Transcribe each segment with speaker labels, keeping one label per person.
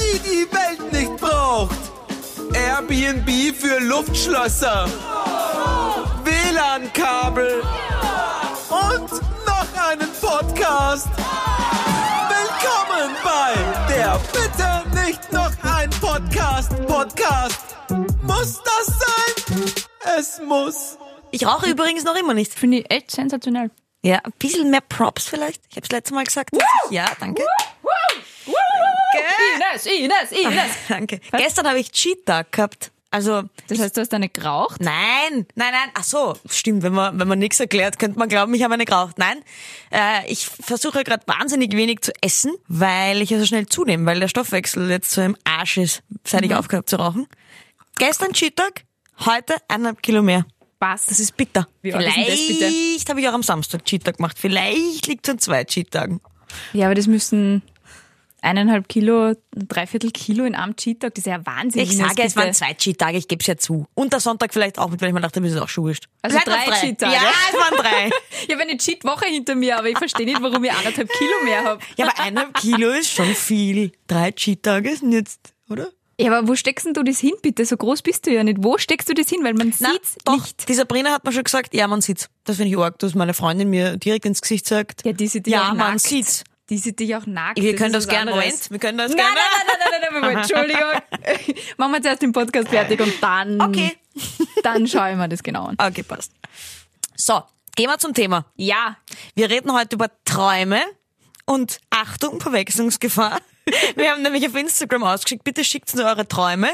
Speaker 1: die die Welt nicht braucht. Airbnb für Luftschlösser. WLAN-Kabel. Und noch einen Podcast. Willkommen bei der Bitte nicht noch ein Podcast. Podcast. Muss das sein? Es muss.
Speaker 2: Ich rauche übrigens noch immer nicht.
Speaker 3: Finde ich echt sensationell.
Speaker 2: Ja, ein bisschen mehr Props vielleicht. Ich habe es letztes Mal gesagt. dass ich- Ja, danke.
Speaker 3: Ines, Ines, Ines.
Speaker 2: Danke. Gestern habe ich Cheat Tag gehabt. Also,
Speaker 3: Das heißt, du hast eine geraucht?
Speaker 2: nein, nein, nein. Ach so, stimmt. Wenn man, wenn man nichts erklärt, könnte man glauben, ich habe eine geraucht. Nein, äh, ich versuche gerade wahnsinnig wenig zu essen, weil ich ja so schnell zunehme, weil der Stoffwechsel jetzt so im Arsch ist, seit ich aufgehört habe zu rauchen. Gestern Cheat Tag, heute eineinhalb Kilo mehr. Das
Speaker 3: Was?
Speaker 2: ist bitter.
Speaker 3: Wie arg ist denn das bitte?
Speaker 2: Vielleicht habe ich auch am Samstag Cheat-Tag gemacht. Vielleicht liegt es an zwei Cheat-Tagen.
Speaker 3: Ja, aber das müssen eineinhalb Kilo, dreiviertel Kilo in einem Cheat-Tag. Das ist ja Wahnsinn.
Speaker 2: Ich
Speaker 3: Ines,
Speaker 2: sage, es
Speaker 3: bitte.
Speaker 2: waren zwei Cheat-Tage, ich gebe es ja zu. Und der Sonntag vielleicht auch mit, weil ich mir dachte, das ist auch schon wurscht.
Speaker 3: Also
Speaker 2: Vielleicht waren
Speaker 3: drei Cheat-Tage.
Speaker 2: Ja, es waren drei.
Speaker 3: Ich habe eine Cheat-Woche hinter mir, aber ich verstehe nicht, warum ich eineinhalb Kilo mehr habe.
Speaker 2: Ja, aber eineinhalb Kilo ist schon viel. Drei Cheat-Tage sind jetzt, oder?
Speaker 3: Ja, aber wo steckst denn du das hin, bitte? So groß bist du ja nicht. Wo steckst du das hin? Weil man sieht's
Speaker 2: doch,
Speaker 3: nicht.
Speaker 2: die Sabrina hat mir schon gesagt, ja, man sieht's. Das finde ich arg, dass meine Freundin mir direkt ins Gesicht sagt,
Speaker 3: Ja, die sieht dich
Speaker 2: ja
Speaker 3: auch
Speaker 2: man
Speaker 3: nackt.
Speaker 2: sieht's.
Speaker 3: Die sind dich auch nackt.
Speaker 2: Wir können
Speaker 3: ist
Speaker 2: das
Speaker 3: was
Speaker 2: gerne,
Speaker 3: anderes.
Speaker 2: Moment, wir können das
Speaker 3: Nein,
Speaker 2: gerne.
Speaker 3: nein, nein, nein, nein, nein, nein, Moment, Entschuldigung. Machen wir zuerst den Podcast fertig und dann.
Speaker 2: Okay.
Speaker 3: Dann schaue ich mir das genau an.
Speaker 2: Hm. Okay, passt. So, gehen wir zum Thema.
Speaker 3: Ja,
Speaker 2: Wir reden heute über Träume und Achtung, Verwechslungsgefahr. Wir haben nämlich auf Instagram ausgeschickt, bitte schickt nur eure Träume.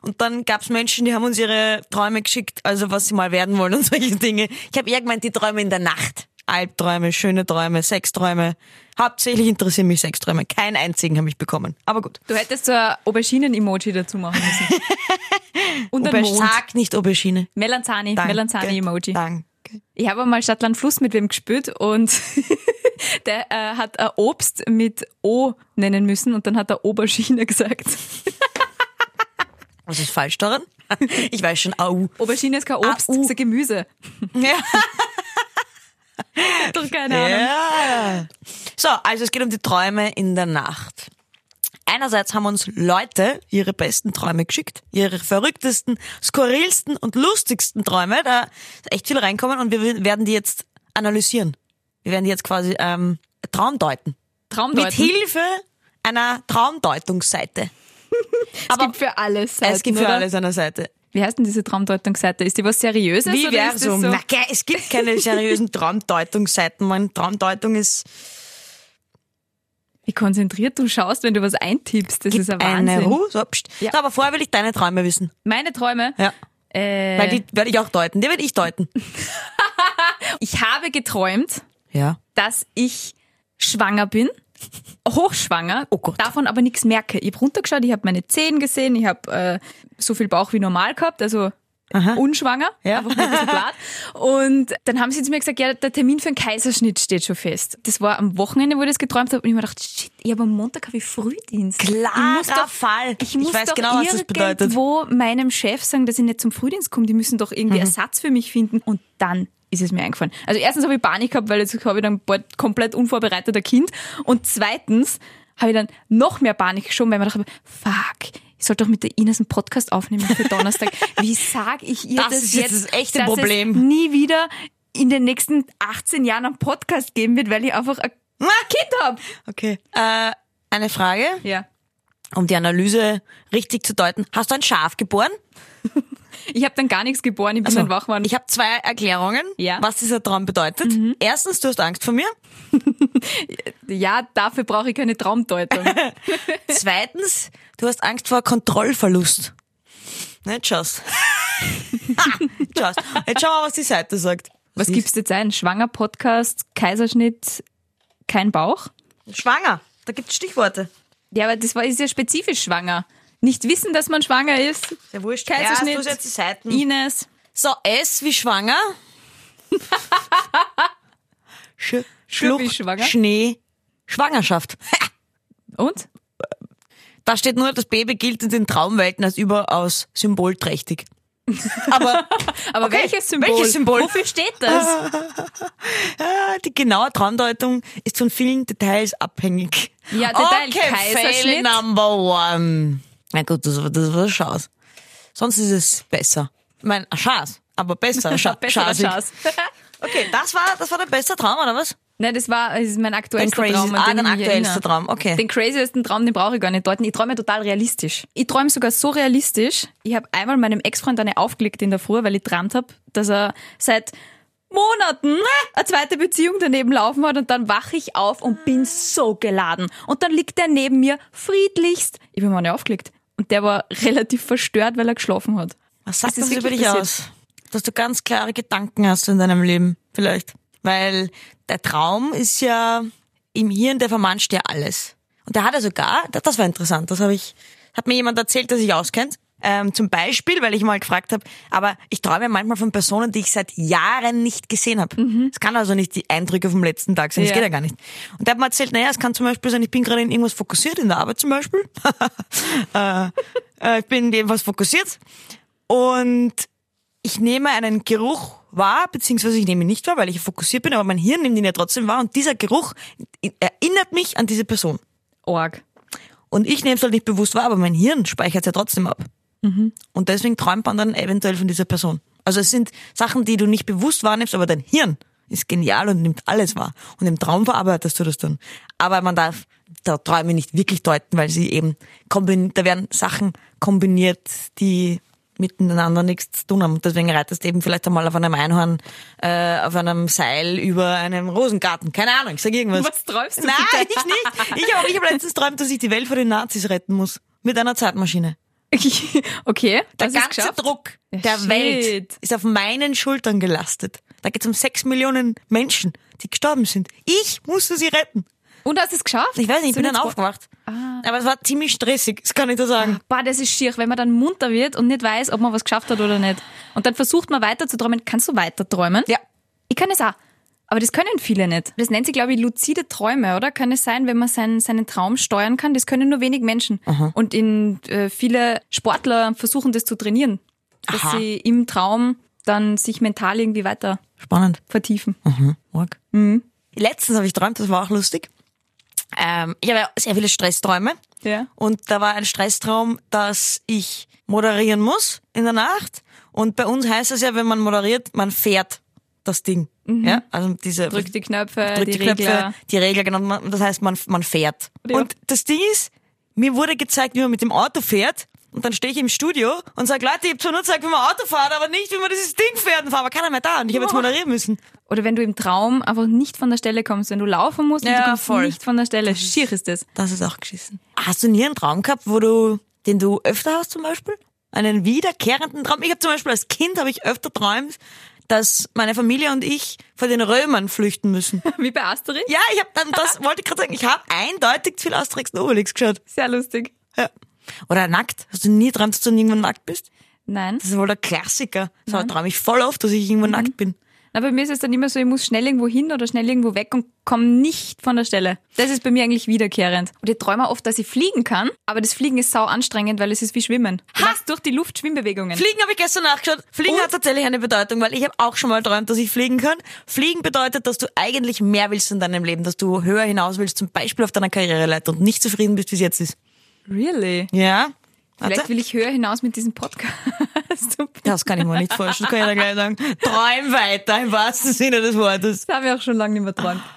Speaker 2: Und dann gab es Menschen, die haben uns ihre Träume geschickt, also was sie mal werden wollen und solche Dinge. Ich habe eher gemeint, die Träume in der Nacht. Albträume, schöne Träume, Sexträume. Hauptsächlich interessieren mich Sexträume. Keinen einzigen habe ich bekommen. Aber gut.
Speaker 3: du hättest so ein Auberginen-Emoji dazu machen müssen. Und ein
Speaker 2: Auber-
Speaker 3: Mond.
Speaker 2: Sag nicht Aubergine.
Speaker 3: Melanzani,
Speaker 2: Danke.
Speaker 3: Melanzani-Emoji.
Speaker 2: Danke.
Speaker 3: Ich habe einmal Stadtland Fluss mit wem gespielt und der äh, hat ein Obst mit O nennen müssen und dann hat er Aubergine gesagt.
Speaker 2: Was ist falsch daran? Ich weiß schon, au.
Speaker 3: Aubergine ist kein Obst,
Speaker 2: Ah, U.
Speaker 3: das ist ein Gemüse.
Speaker 2: Ja.
Speaker 3: Doch keine Ahnung.
Speaker 2: Ja. So, also es geht um die Träume in der Nacht. Einerseits haben uns Leute ihre besten Träume geschickt, ihre verrücktesten, skurrilsten und lustigsten Träume, da ist echt viel reinkommen und wir werden die jetzt analysieren. Wir werden die jetzt quasi ähm, Traumdeuten.
Speaker 3: Traumdeuten.
Speaker 2: Mit Hilfe einer Traumdeutungsseite.
Speaker 3: es gibt für alles. Seiten,
Speaker 2: Es gibt für
Speaker 3: oder?
Speaker 2: alles halt, eine Seite.
Speaker 3: Wie heißt denn diese Traumdeutungsseite? Ist die was Seriöses?
Speaker 2: Wie
Speaker 3: oder
Speaker 2: wäre
Speaker 3: ist
Speaker 2: so?
Speaker 3: Also das so?
Speaker 2: Na, gell, es gibt keine seriösen Traumdeutungsseiten. Meine Traumdeutung ist
Speaker 3: Wie konzentriert du schaust, wenn du was eintippst. Das ist ein Wahnsinn.
Speaker 2: eine Ruhe. So, pst.
Speaker 3: Ja.
Speaker 2: Na, aber vorher will ich deine Träume wissen.
Speaker 3: Meine Träume.
Speaker 2: Ja.
Speaker 3: Äh,
Speaker 2: Weil die werde ich auch deuten. Die werde ich deuten.
Speaker 3: ich habe geträumt,
Speaker 2: Ja.
Speaker 3: dass ich schwanger bin. Hochschwanger,
Speaker 2: Oh Gott.
Speaker 3: davon aber nichts merke. Ich habe runtergeschaut, ich habe meine Zehen gesehen, ich habe äh, so viel Bauch wie normal gehabt, also unschwanger,
Speaker 2: Ja.
Speaker 3: einfach nur ein bisschen platt. Und dann haben sie zu mir gesagt, ja, der Termin für den Kaiserschnitt steht schon fest. Das war am Wochenende, wo ich das geträumt habe und ich mir gedacht, shit, ich habe am Montag habe ich Frühdienst. ich
Speaker 2: Klarer
Speaker 3: muss doch
Speaker 2: Fall.
Speaker 3: Ich muss
Speaker 2: weiß
Speaker 3: doch
Speaker 2: genau, was das bedeutet.
Speaker 3: irgendwo meinem Chef sagen, dass ich nicht zum Frühdienst komme. Die müssen doch
Speaker 2: Mhm.
Speaker 3: irgendwie Ersatz für mich finden. Und dann ist es mir eingefallen. Also erstens habe ich Panik gehabt, weil jetzt habe ich dann bald komplett unvorbereiteter Kind. Und zweitens habe ich dann noch mehr Panik geschoben, weil ich mir dachte, fuck, ich sollte doch mit der Ines einen Podcast aufnehmen für Donnerstag. Wie sage ich ihr
Speaker 2: Das
Speaker 3: das
Speaker 2: ist jetzt
Speaker 3: jetzt?
Speaker 2: das echte
Speaker 3: dass Es
Speaker 2: Problem.
Speaker 3: nie wieder in den nächsten 18 Jahren einen Podcast geben wird, weil ich einfach ein Kind habe.
Speaker 2: Okay. Äh, eine Frage,
Speaker 3: Ja.
Speaker 2: um die Analyse richtig zu deuten. Hast du ein Schaf geboren?
Speaker 3: Ich habe dann gar nichts geboren, ich bin dann wach geworden.
Speaker 2: ich habe zwei Erklärungen,
Speaker 3: Ja. Mhm.
Speaker 2: was dieser Traum bedeutet. Erstens, du hast Angst vor mir.
Speaker 3: Ja, dafür brauche ich keine Traumdeutung.
Speaker 2: Zweitens, du hast Angst vor Kontrollverlust. Ne, tschüss. Ha, tschüss. Jetzt schauen wir mal, was die Seite sagt.
Speaker 3: Was
Speaker 2: Siehst-
Speaker 3: gibt's jetzt ein? Schwanger Podcast, Kaiserschnitt, kein Bauch?
Speaker 2: Schwanger. Da gibt's Stichworte.
Speaker 3: Ja, aber das war ist ja spezifisch schwanger. Nicht wissen, dass man schwanger ist.
Speaker 2: Sehr wurscht.
Speaker 3: Kaiserschnitt.
Speaker 2: Ja, hast du jetzt die Seiten.
Speaker 3: Hm. Ines.
Speaker 2: So, S wie schwanger. Sch
Speaker 3: wie
Speaker 2: Schlucht,
Speaker 3: schwanger.
Speaker 2: Schnee, Schwangerschaft.
Speaker 3: Und?
Speaker 2: Da steht nur, das Baby gilt in den Traumwelten als überaus symbolträchtig. Aber
Speaker 3: Aber
Speaker 2: Okay,
Speaker 3: welches Symbol? Ah.
Speaker 2: welches Symbol?
Speaker 3: Wofür steht das?
Speaker 2: äh, die genaue Traumdeutung ist von vielen Details abhängig.
Speaker 3: Ja, Ah, Detail,
Speaker 2: okay, fail
Speaker 3: Kaiserschnitt.
Speaker 2: number one. Na gut, das war, das war Chance. Sonst ist es besser. Ich meine, eine Chance, aber besser. Scha
Speaker 3: Besserer
Speaker 2: Chance.
Speaker 3: Chance.
Speaker 2: Okay, das war, das war der beste Traum, oder was?
Speaker 3: Nein, das war das ist mein
Speaker 2: Dein
Speaker 3: aktuellster
Speaker 2: crazy,
Speaker 3: Traum. an
Speaker 2: ah, dein
Speaker 3: den ich mich
Speaker 2: aktuellster
Speaker 3: erinnere.
Speaker 2: Traum, okay.
Speaker 3: Den craziesten Traum, den brauche ich gar nicht deuten. Ich träume total realistisch. Ich träume sogar so realistisch. Ich habe einmal meinem Ex-Freund eine aufgelegt in der Früh, weil ich träumt habe, dass er seit Monaten eine zweite Beziehung daneben laufen hat und dann wache ich auf und bin so geladen. Und dann liegt er neben mir friedlichst. Ich bin mal nicht aufgelegt. Und der war relativ verstört, weil er geschlafen hat.
Speaker 2: Was sagt
Speaker 3: Das
Speaker 2: das,
Speaker 3: ist
Speaker 2: über
Speaker 3: wirklich
Speaker 2: dich
Speaker 3: passiert.
Speaker 2: aus? Dass du ganz klare Gedanken hast in deinem Leben, vielleicht. Weil der Traum ist ja im Hirn, der vermanscht ja alles. Und der hatte sogar, das- das war interessant, das habe ich, hat mir jemand erzählt, der sich auskennt. Ähm, zum Beispiel, weil ich mal gefragt habe, aber ich träume manchmal von Personen, die ich seit Jahren nicht gesehen habe. Es kann also nicht die Eindrücke vom letzten Tag sein, das
Speaker 3: Ja.
Speaker 2: geht ja gar nicht. Und der hat mir erzählt, naja, es kann zum Beispiel sein, ich bin gerade in irgendwas fokussiert, in der Arbeit zum Beispiel. äh, äh, ich bin jedenfalls fokussiert und ich nehme einen Geruch wahr, beziehungsweise ich nehme ihn nicht wahr, weil ich fokussiert bin, aber mein Hirn nimmt ihn ja trotzdem wahr und dieser Geruch erinnert mich an diese Person.
Speaker 3: Org.
Speaker 2: Und ich nehme es halt nicht bewusst wahr, aber mein Hirn speichert es ja trotzdem ab. Und deswegen träumt man dann eventuell von dieser Person. Also es sind Sachen, die du nicht bewusst wahrnimmst, aber dein Hirn ist genial und nimmt alles wahr. Und im Traum verarbeitest du das dann. Aber man darf da Träume nicht wirklich deuten, weil sie eben kombin da werden Sachen kombiniert, die miteinander nichts zu tun haben. Und deswegen reitest du eben vielleicht einmal auf einem Einhorn, äh, auf einem Seil über einem Rosengarten. Keine Ahnung, ich sag irgendwas.
Speaker 3: Was träumst du
Speaker 2: Nein,
Speaker 3: bitte?
Speaker 2: ich nicht. Ich habe ich hab letztens träumt, dass ich die Welt vor den Nazis retten muss. Mit einer Zeitmaschine.
Speaker 3: Okay,
Speaker 2: Der
Speaker 3: das ist
Speaker 2: ganze
Speaker 3: geschafft.
Speaker 2: Druck
Speaker 3: Ja,
Speaker 2: der
Speaker 3: shit.
Speaker 2: Welt ist auf meinen Schultern gelastet. Da geht es um sechs Millionen Menschen, die gestorben sind. Ich musste sie retten.
Speaker 3: Und hast du es geschafft?
Speaker 2: Ich weiß nicht, ich
Speaker 3: So
Speaker 2: bin dann
Speaker 3: nicht- Ah.
Speaker 2: aufgewacht. Aber es war ziemlich stressig, das kann ich dir sagen.
Speaker 3: Boah, das ist schier, wenn man dann munter wird und nicht weiß, ob man was geschafft hat oder nicht. Und dann versucht man weiter zu träumen. Kannst du weiter träumen?
Speaker 2: Ja.
Speaker 3: Ich kann es auch. Aber das können viele nicht. Das nennt sich, glaube ich, luzide Träume, oder? Kann es sein, wenn man seinen, seinen Traum steuern kann? Das können nur wenig Menschen. Und in, äh, viele Sportler versuchen das zu trainieren, dass
Speaker 2: Aha.
Speaker 3: sie im Traum dann sich mental irgendwie weiter
Speaker 2: Spannend.
Speaker 3: vertiefen.
Speaker 2: Mhm. Org. Letztens habe ich geträumt, das war auch lustig. Ähm, ich habe ja sehr viele Stressträume.
Speaker 3: Ja.
Speaker 2: Und da war ein Stresstraum, dass ich moderieren muss in der Nacht. Und bei uns heißt es ja, wenn man moderiert, man fährt das Ding. Ja, also diese
Speaker 3: Mhm. Drückt die Knöpfe,
Speaker 2: drückt
Speaker 3: Äh, die, Regler.
Speaker 2: die Regler, genau. Man- Das heißt, man, man fährt.
Speaker 3: Ja.
Speaker 2: Und das Ding ist, mir wurde gezeigt, wie man mit dem Auto fährt. Und dann stehe ich im Studio und sage, Leute, ich habe zwar nur gezeigt, wie man Auto fährt, aber nicht, wie man dieses Ding fährt. Und war aber keiner mehr da und ich habe jetzt moderieren müssen.
Speaker 3: Oder wenn du im Traum einfach nicht von der Stelle kommst, wenn du laufen musst und
Speaker 2: Ja,
Speaker 3: du kommst
Speaker 2: voll.
Speaker 3: nicht von der Stelle. Schier ist das.
Speaker 2: Das ist auch geschissen. Hast du nie einen Traum gehabt, wo du, den du öfter hast zum Beispiel? Einen wiederkehrenden Traum? Ich habe zum Beispiel als Kind habe ich öfter träumt, dass meine Familie und ich vor den Römern flüchten müssen.
Speaker 3: Wie bei Asterix?
Speaker 2: Ja, ich habe dann das wollte ich gerade sagen. Ich habe eindeutig zu viel Asterix und Obelix geschaut.
Speaker 3: Sehr lustig.
Speaker 2: Ja. Oder nackt? Hast du nie geträumt, dass du irgendwann nackt bist?
Speaker 3: Nein.
Speaker 2: Das ist wohl der Klassiker. So träume ich voll oft, dass ich irgendwo nackt bin.
Speaker 3: Na, bei mir ist es dann immer so, ich muss schnell irgendwo hin oder schnell irgendwo weg und komme nicht von der Stelle. Das ist bei mir eigentlich wiederkehrend. Und ich träume oft, dass ich fliegen kann, aber das Fliegen ist sau anstrengend, weil es ist wie Schwimmen. Du machst durch die Luft Schwimmbewegungen.
Speaker 2: Fliegen habe ich gestern nachgeschaut. Fliegen
Speaker 3: Und?
Speaker 2: hat tatsächlich eine Bedeutung, weil ich habe auch schon mal geträumt, dass ich fliegen kann. Fliegen bedeutet, dass du eigentlich mehr willst in deinem Leben, dass du höher hinaus willst, zum Beispiel auf deiner Karriereleiter und nicht zufrieden bist, wie es jetzt ist.
Speaker 3: really?
Speaker 2: Ja?
Speaker 3: Vielleicht
Speaker 2: Warte.
Speaker 3: will ich höher hinaus mit diesem Podcast. Du-
Speaker 2: Das kann ich mir nicht vorstellen, kann ich dir gleich sagen. Träum weiter, im wahrsten Sinne des Wortes.
Speaker 3: Das haben wir auch schon lange nicht mehr dran.
Speaker 2: Ah.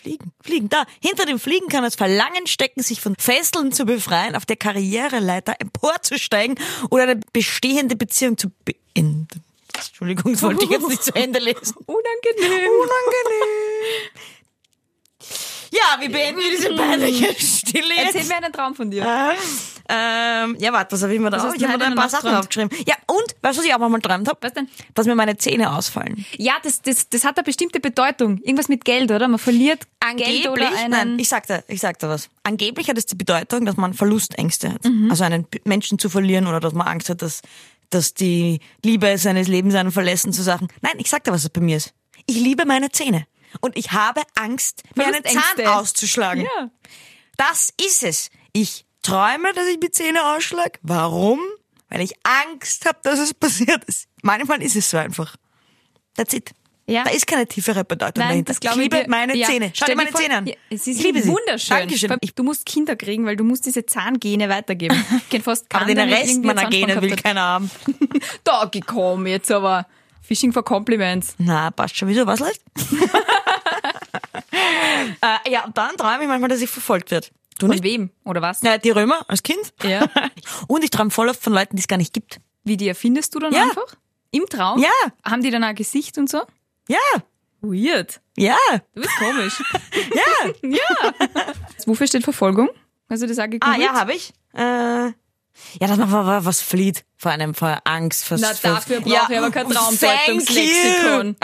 Speaker 2: Fliegen, fliegen, da. Hinter dem Fliegen kann das Verlangen stecken, sich von Fesseln zu befreien, auf der Karriereleiter emporzusteigen oder eine bestehende Beziehung zu beenden. Entschuldigung, das wollte ich jetzt nicht zu Ende lesen.
Speaker 3: Unangenehm.
Speaker 2: Uh, Ja, wir beenden diese peinliche Stille
Speaker 3: Erzähl
Speaker 2: jetzt. Ah.
Speaker 3: mir einen Traum von dir.
Speaker 2: Ähm, ja, warte, was habe ich mir da
Speaker 3: Was
Speaker 2: auf?
Speaker 3: hast
Speaker 2: Ich
Speaker 3: du
Speaker 2: habe mir da ein
Speaker 3: heute
Speaker 2: paar
Speaker 3: noch
Speaker 2: Sachen
Speaker 3: geträumt?
Speaker 2: aufgeschrieben. Ja, und, weißt du, was ich auch mal geträumt habe?
Speaker 3: Was denn?
Speaker 2: Dass mir meine Zähne ausfallen.
Speaker 3: Ja, das, das, das hat eine bestimmte Bedeutung. Irgendwas mit Geld, oder? Man verliert Geld oder einen...
Speaker 2: nein, ich sagte, ich sagte was. Angeblich hat es die Bedeutung, dass man Verlustängste hat.
Speaker 3: Mhm.
Speaker 2: Also einen P- Menschen zu verlieren oder dass man Angst hat, dass, dass die Liebe seines Lebens einen verlassen zu Sachen. Nein, ich sagte, was es bei mir ist. Ich liebe meine Zähne. Und ich habe Angst, mir einen Zahn
Speaker 3: Verlustängste.
Speaker 2: auszuschlagen.
Speaker 3: ja.
Speaker 2: Das ist es. Ich träume, dass ich mir Zähne ausschlag. Warum? weil ich Angst habe, dass es passiert ist. Manchmal ist es so einfach. That's it.
Speaker 3: Ja.
Speaker 2: Da ist keine tiefere Bedeutung
Speaker 3: Nein,
Speaker 2: dahinter.
Speaker 3: das glaube ich.
Speaker 2: liebe
Speaker 3: dir-
Speaker 2: meine
Speaker 3: ja.
Speaker 2: Zähne. Schau
Speaker 3: Stell
Speaker 2: dir meine
Speaker 3: dir vor-
Speaker 2: Zähne an.
Speaker 3: Ja, es ist
Speaker 2: ich liebe sie.
Speaker 3: wunderschön.
Speaker 2: Dankeschön.
Speaker 3: Vor allem,
Speaker 2: Ich,
Speaker 3: Du musst Kinder kriegen, weil du musst diese Zahngene weitergeben. Ich kenn fast
Speaker 2: aber
Speaker 3: keinen,
Speaker 2: den
Speaker 3: der nicht
Speaker 2: Rest
Speaker 3: irgendwie
Speaker 2: meiner
Speaker 3: einen Zahnspann
Speaker 2: Gene will
Speaker 3: gehabt hat.
Speaker 2: keiner haben.
Speaker 3: Da gekommen jetzt aber. Fishing for Compliments.
Speaker 2: Na, passt schon. Wieso? Was läuft? äh, ja, und dann träume ich manchmal, dass ich verfolgt wird. Du
Speaker 3: Von
Speaker 2: nicht?
Speaker 3: wem? Oder was?
Speaker 2: Na, die Römer als Kind.
Speaker 3: Ja.
Speaker 2: Und ich träume voll oft von Leuten, die es gar nicht gibt.
Speaker 3: Wie die erfindest du dann
Speaker 2: Ja.
Speaker 3: einfach? Im Traum?
Speaker 2: Ja.
Speaker 3: Haben die dann ein Gesicht und so?
Speaker 2: Ja,
Speaker 3: Weird.
Speaker 2: ja,
Speaker 3: Du bist komisch.
Speaker 2: ja.
Speaker 3: ja. Wofür steht Verfolgung? Hast du das auch
Speaker 2: ah,
Speaker 3: gegoogelt?
Speaker 2: ja, habe ich. Äh, ja, dass man vor- vor was flieht. Vor einem, vor Angst, vor
Speaker 3: Na,
Speaker 2: vor-
Speaker 3: dafür brauche
Speaker 2: Ja, oh,
Speaker 3: ich aber kein
Speaker 2: thank you.
Speaker 3: Traumdeutungslexikon.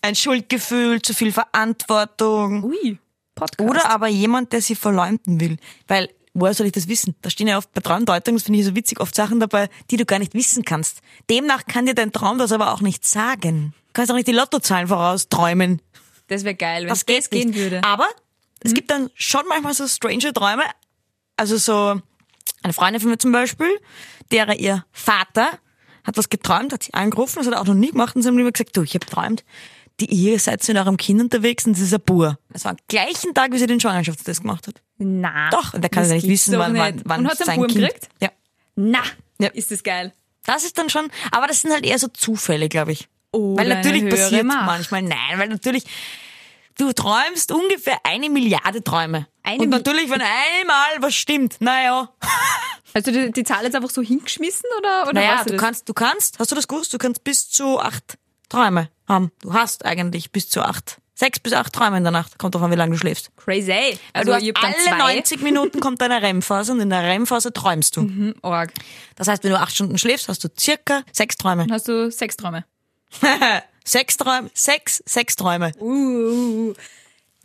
Speaker 2: Ein Schuldgefühl, zu viel Verantwortung.
Speaker 3: Ui, Podcast.
Speaker 2: Oder aber jemand, der sie verleumden will. Weil, woher soll ich das wissen? Da stehen ja oft bei Traumdeutungen, das finde ich so witzig, oft Sachen dabei, die du gar nicht wissen kannst. Demnach kann dir dein Traum das aber auch nicht sagen. Du kannst auch nicht die Lottozahlen vorausträumen.
Speaker 3: das wäre geil, wenn
Speaker 2: Das geht
Speaker 3: das gehen
Speaker 2: nicht.
Speaker 3: würde. Hm?
Speaker 2: Aber es gibt dann schon manchmal so strange Träume. Also so eine Freundin von mir zum Beispiel, derer ihr Vater hat was geträumt, hat sie angerufen, das hat er auch noch nie gemacht und sie haben lieber gesagt, du, ich habe geträumt, die ihr seid zu eurem Kind unterwegs und es ist ein Bur. Das war am gleichen Tag, wie sie den Schwangerschaftstest gemacht hat.
Speaker 3: Na.
Speaker 2: Doch, und der kann
Speaker 3: das
Speaker 2: ja nicht
Speaker 3: gibt's
Speaker 2: wissen,
Speaker 3: doch
Speaker 2: wann, wann,
Speaker 3: nicht.
Speaker 2: wann
Speaker 3: Und hat er
Speaker 2: sein
Speaker 3: einen Wurm
Speaker 2: Kind.
Speaker 3: gekriegt?
Speaker 2: Ja.
Speaker 3: Na.
Speaker 2: Ja.
Speaker 3: Ist das geil.
Speaker 2: Das ist dann schon, aber das sind halt eher so Zufälle, glaube ich.
Speaker 3: Oder
Speaker 2: weil natürlich
Speaker 3: Oh, eine höhere
Speaker 2: passiert
Speaker 3: Macht.
Speaker 2: manchmal, nein, weil natürlich, du träumst ungefähr eine Milliarde Träume.
Speaker 3: Eine
Speaker 2: Und
Speaker 3: Mi-
Speaker 2: natürlich, wenn einmal was stimmt, naja,
Speaker 3: Hast du Also die, die Zahl jetzt einfach so hingeschmissen oder, oder
Speaker 2: naja,
Speaker 3: weißt
Speaker 2: du
Speaker 3: das?
Speaker 2: kannst, du kannst, hast du das gewusst? Du kannst bis zu acht Träume haben. Du hast eigentlich bis zu acht. Sechs bis acht Träume in der Nacht. Kommt drauf an, wie lange du schläfst.
Speaker 3: Crazy.
Speaker 2: Weil
Speaker 3: Also
Speaker 2: du hast
Speaker 3: ihr habt dann
Speaker 2: alle
Speaker 3: zwei.
Speaker 2: 90 Minuten kommt deine REM-Phase und in der REM-Phase träumst du.
Speaker 3: Hm, Org.
Speaker 2: Das heißt, wenn du acht Stunden schläfst, hast du circa sechs Träume.
Speaker 3: Dann hast du sechs Träume.
Speaker 2: Sechs Träume, sechs, sechs Träume.
Speaker 3: Uh.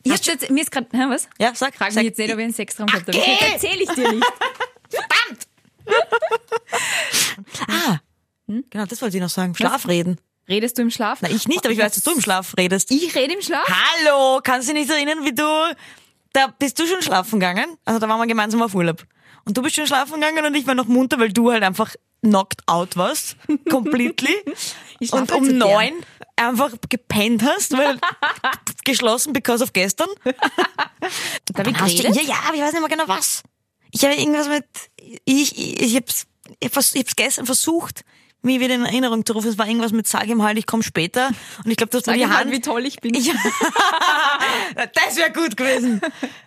Speaker 3: Ich hab jetzt, mir ist gerade, was?
Speaker 2: Ja, sag.
Speaker 3: Frag
Speaker 2: sag,
Speaker 3: mich jetzt nicht, ob ich einen Sextraum gehabt habe.
Speaker 2: geh!
Speaker 3: Okay. Erzähle ich dir nicht.
Speaker 2: Ah, genau, das wollte ich noch sagen. Schlaf reden.
Speaker 3: Redest du im Schlaf?
Speaker 2: Na, ich nicht, aber ich weiß, dass du im Schlaf redest.
Speaker 3: Ich rede im Schlaf?
Speaker 2: Hallo, kannst du dich nicht erinnern, wie du, da bist du schon schlafen gegangen? Also da waren wir gemeinsam auf Urlaub. Und du bist schon schlafen gegangen und ich war noch munter, weil du halt einfach knocked out warst. Completely.
Speaker 3: Ich schlaf
Speaker 2: und
Speaker 3: halt
Speaker 2: um
Speaker 3: so gern.
Speaker 2: neun einfach gepennt hast, weil geschlossen because of gestern.
Speaker 3: Da
Speaker 2: Dann hast du- Ja, ja, aber ich weiß nicht mehr genau was. Ich habe irgendwas mit, ich, ich, ich hab's, ich hab's, ich hab's gestern versucht, mir wieder in Erinnerung zu rufen. Es war irgendwas mit Sag ihm halt, ich komm später. Und ich glaube, du hast mir
Speaker 3: Sag
Speaker 2: die
Speaker 3: ihm halt,
Speaker 2: Hand,
Speaker 3: wie toll ich bin.
Speaker 2: ich, das wäre gut gewesen.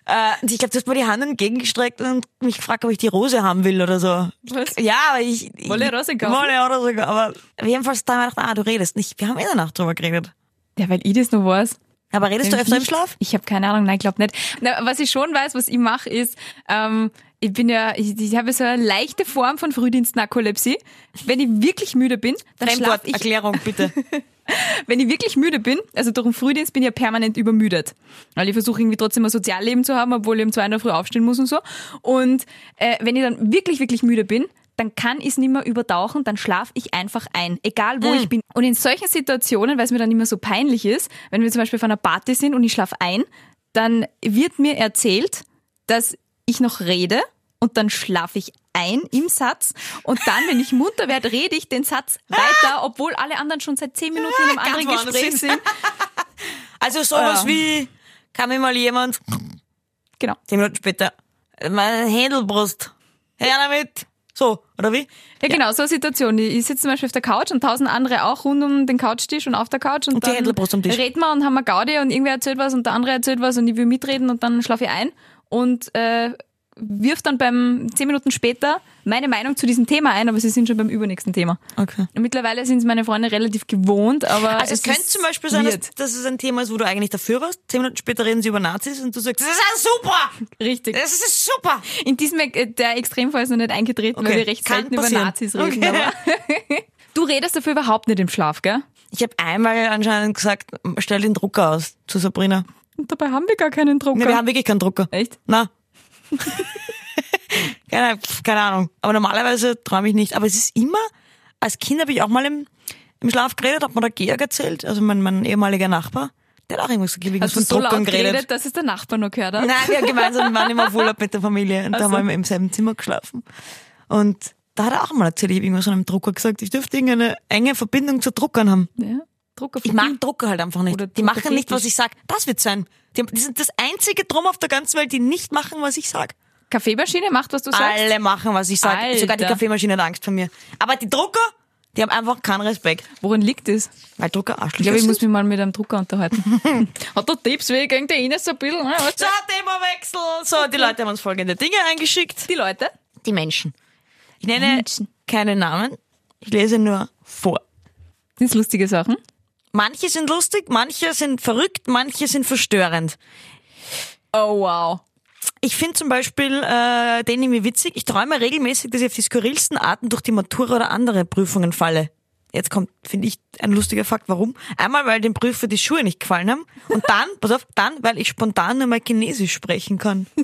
Speaker 2: Äh, und ich glaube, du hast mir die Hand entgegengestreckt und mich gefragt, ob ich die Rose haben will oder so.
Speaker 3: Was?
Speaker 2: Ja, aber ich... ich-
Speaker 3: Wolle Rose kaufen?
Speaker 2: Wolle Rose kaufen. Aber jedenfalls da haben wir gedacht, ah, du redest nicht. Wir haben in der Nacht drüber geredet.
Speaker 3: Ja, weil ich das noch weiß.
Speaker 2: Aber redest du öfter im
Speaker 3: Ich-
Speaker 2: Schlaf?
Speaker 3: Ich habe keine Ahnung, nein, glaub nicht. Na, was ich schon weiß, was ich mache, ist, ähm, ich bin ja, ich, ich habe so eine leichte Form von Frühdienstnarkolepsie. Wenn ich wirklich müde bin, dann schlafe
Speaker 2: Fremdwort,
Speaker 3: ich
Speaker 2: Erklärung bitte.
Speaker 3: wenn ich wirklich müde bin, also durch den Frühdienst bin ich ja permanent übermüdet. Weil ich versuche irgendwie trotzdem ein Sozialleben zu haben, obwohl ich um zwei in der Früh aufstehen muss und so. Und äh, wenn ich dann wirklich, wirklich müde bin, dann kann ich es nicht mehr übertauchen, dann schlafe ich einfach ein, egal wo ich bin. Und in solchen Situationen, weil es mir dann immer so peinlich ist, wenn wir zum Beispiel auf einer Party sind und ich schlafe ein, dann wird mir erzählt, dass ich noch rede und dann schlafe ich ein im Satz und dann, wenn ich munter werde, rede ich den Satz weiter, obwohl alle anderen schon seit zehn Minuten in einem
Speaker 2: Ah,
Speaker 3: anderen
Speaker 2: ganz woanders
Speaker 3: Gespräch
Speaker 2: sind.
Speaker 3: sind.
Speaker 2: Also sowas
Speaker 3: Ja.
Speaker 2: wie, kann mir mal jemand,
Speaker 3: Genau.
Speaker 2: zehn Minuten später, meine Händelbrust, her damit. So, oder wie?
Speaker 3: Ja, genau, so eine Situation. Ich ich sitze zum Beispiel auf der Couch und tausend andere auch rund um den Couchtisch und auf der Couch und,
Speaker 2: Und die
Speaker 3: dann
Speaker 2: Händelbrust am Tisch.
Speaker 3: reden wir und haben eine Gaudi und irgendwer erzählt was und der andere erzählt was und ich will mitreden und dann schlafe ich ein und äh, wirf dann beim zehn Minuten später meine Meinung zu diesem Thema ein, aber sie sind schon beim übernächsten Thema.
Speaker 2: Okay.
Speaker 3: Und Mittlerweile sind es meine Freunde relativ gewohnt, aber
Speaker 2: Also es, könnte
Speaker 3: ist
Speaker 2: zum Beispiel sein, dass,
Speaker 3: weird.
Speaker 2: dass es ein Thema ist, wo du eigentlich dafür warst. Zehn Minuten später reden sie über Nazis und du sagst, das ist alles super!
Speaker 3: Richtig.
Speaker 2: Das ist super!
Speaker 3: In diesem äh, der Extremfall ist noch nicht eingetreten,
Speaker 2: Okay,
Speaker 3: weil wir recht
Speaker 2: kann
Speaker 3: selten
Speaker 2: passieren.
Speaker 3: über Nazis reden.
Speaker 2: Okay.
Speaker 3: Aber du redest dafür überhaupt nicht im Schlaf, gell?
Speaker 2: Ich habe einmal anscheinend gesagt, stell den Drucker aus zu Sabrina.
Speaker 3: Und dabei haben wir gar keinen Drucker.
Speaker 2: Nee, wir haben wirklich keinen Drucker.
Speaker 3: Echt?
Speaker 2: Na. keine, pf, keine Ahnung. Aber normalerweise träume ich nicht. Aber es ist immer, als Kind habe ich auch mal im, im Schlaf geredet, hat mir der Georg erzählt, also mein, mein ehemaliger Nachbar, der hat auch irgendwas
Speaker 3: Hast
Speaker 2: gekriegt,
Speaker 3: du
Speaker 2: von
Speaker 3: Also so
Speaker 2: Druckern
Speaker 3: laut
Speaker 2: geredet.
Speaker 3: geredet, dass es der Nachbar noch gehört hat?
Speaker 2: Nein, wir gemeinsam waren immer auf Urlaub mit der Familie und da
Speaker 3: Ach so.
Speaker 2: haben wir im selben Zimmer geschlafen. Und Da hat er auch mal erzählt, ich habe irgendwas von einem Drucker gesagt, ich dürfte irgendeine enge Verbindung zu Druckern haben.
Speaker 3: Ja. Drucker
Speaker 2: Ich mag Drucker halt einfach nicht.
Speaker 3: Mhm. Oder
Speaker 2: die machen nicht, was
Speaker 3: Druckerfetisch.
Speaker 2: ich sag. Das wird sein. Die, haben, die sind das einzige Drum auf der ganzen Welt, die nicht machen, was ich sag.
Speaker 3: Kaffeemaschine macht, was du sagst.
Speaker 2: Alle machen, was ich sag.
Speaker 3: Alter.
Speaker 2: Sogar die Kaffeemaschine hat Angst vor mir. Aber die Drucker, die haben einfach keinen Respekt.
Speaker 3: Worin liegt es?
Speaker 2: Weil Drucker Arschlöcher
Speaker 3: Ich glaube, ich muss
Speaker 2: sind.
Speaker 3: mich mal mit einem Drucker unterhalten. Hat der Tipps wegen der Ines ein bisschen? ne? Weißt
Speaker 2: So,
Speaker 3: du?
Speaker 2: Themawechsel. So, die Leute haben uns folgende Dinge eingeschickt.
Speaker 3: Die Leute?
Speaker 2: Die Menschen. Ich nenne
Speaker 3: Menschen.
Speaker 2: keine Namen. Ich lese nur vor.
Speaker 3: Sind lustige Sachen?
Speaker 2: Manche sind lustig, manche sind verrückt, manche sind verstörend.
Speaker 3: Oh, wow.
Speaker 2: Ich finde zum Beispiel äh, den irgendwie witzig. Ich träume regelmäßig, dass ich auf die skurrilsten Arten durch die Matura oder andere Prüfungen falle. Jetzt kommt, finde ich, ein lustiger Fakt. Warum? Einmal, weil dem Prüfer die Schuhe nicht gefallen haben. Und dann, pass auf, dann, weil ich spontan nur mal Chinesisch sprechen kann.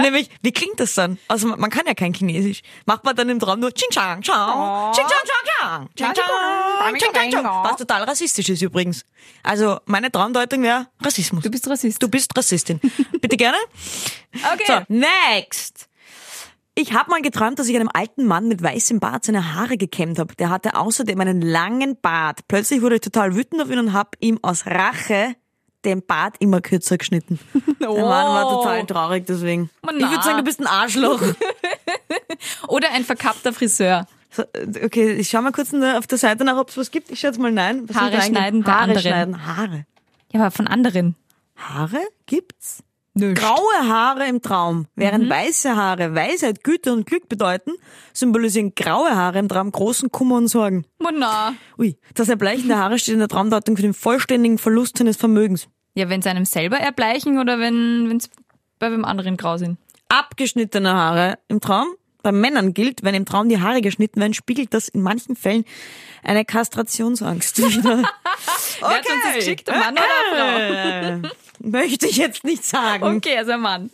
Speaker 2: Nämlich, wie klingt das dann? Also man man kann ja kein Chinesisch. Macht man dann im Traum nur Ching Chang Chang, Ching Chang Chang Chang, Ching Chang, Ching Chang Chang. Was total rassistisch ist übrigens. Also meine Traumdeutung wäre Rassismus.
Speaker 3: Du bist Rassist.
Speaker 2: Du bist Rassistin. Bitte gerne. So,
Speaker 3: Okay.
Speaker 2: next. Ich habe mal geträumt, dass ich einem alten Mann mit weißem Bart seine Haare gekämmt habe. Der hatte außerdem einen langen Bart. Plötzlich wurde ich total wütend auf ihn und habe ihm aus Rache den Bart immer kürzer geschnitten. Der Mann war
Speaker 3: Oh.
Speaker 2: total traurig deswegen.
Speaker 3: Man,
Speaker 2: ich würde
Speaker 3: na.
Speaker 2: sagen, du bist ein Arschloch.
Speaker 3: Oder ein verkappter Friseur.
Speaker 2: So, äh, Okay, ich schau mal kurz in der- auf der Seite nach, ob es was gibt. Ich schätze mal nein. Was
Speaker 3: Haare
Speaker 2: sind da eigentlich-
Speaker 3: schneiden bei
Speaker 2: Haare
Speaker 3: anderen.
Speaker 2: schneiden. Haare.
Speaker 3: Ja, aber von anderen.
Speaker 2: Haare gibt's?
Speaker 3: Nö.
Speaker 2: Graue Haare im Traum, während weiße Haare Weisheit, Güte und Glück bedeuten, symbolisieren graue Haare im Traum großen Kummer und Sorgen.
Speaker 3: Na.
Speaker 2: Ui, das Erbleichen der Haare steht in der Traumdeutung für den vollständigen Verlust seines Vermögens.
Speaker 3: Ja, wenn es einem selber erbleichen oder wenn es bei wem anderen grau sind.
Speaker 2: Abgeschnittene Haare im Traum. Bei Männern gilt, wenn im Traum die Haare geschnitten werden, spiegelt das in manchen Fällen eine Kastrationsangst wider.
Speaker 3: Wer hat uns das geschickt? Ein Mann oder eine Frau?
Speaker 2: Äh, möchte ich jetzt nicht sagen.
Speaker 3: Okay, also ein Mann.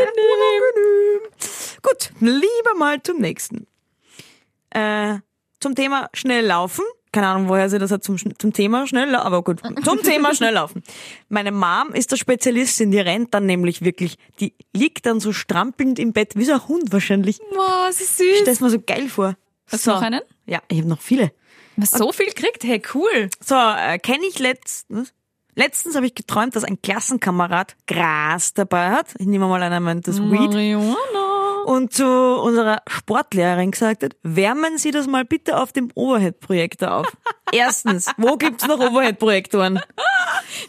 Speaker 2: Unangenehm. Gut, lieber mal zum nächsten. Äh, zum Thema schnell laufen. Keine Ahnung, woher sie das hat zum, Schn- zum Thema schnell, lau- aber gut. Zum Thema schnell laufen. Meine Mom ist der Spezialistin, die rennt dann nämlich wirklich. Die liegt dann so strampelnd im Bett, wie so ein Hund wahrscheinlich.
Speaker 3: Wow, sie ist süß.
Speaker 2: Stell es mir so geil vor.
Speaker 3: Hast
Speaker 2: so.
Speaker 3: du noch einen?
Speaker 2: Ja, ich habe noch viele.
Speaker 3: Was so viel kriegt? Hey, cool.
Speaker 2: So, äh, kenne ich letztens. Letztens habe ich geträumt, dass ein Klassenkamerad Gras dabei hat. Ich nehme mal an, er meint das Weed.
Speaker 3: Mariona.
Speaker 2: und zu unserer Sportlehrerin gesagt hat, wärmen Sie das mal bitte auf dem Overhead-Projektor auf. Erstens, wo gibt's noch Overhead-Projektoren?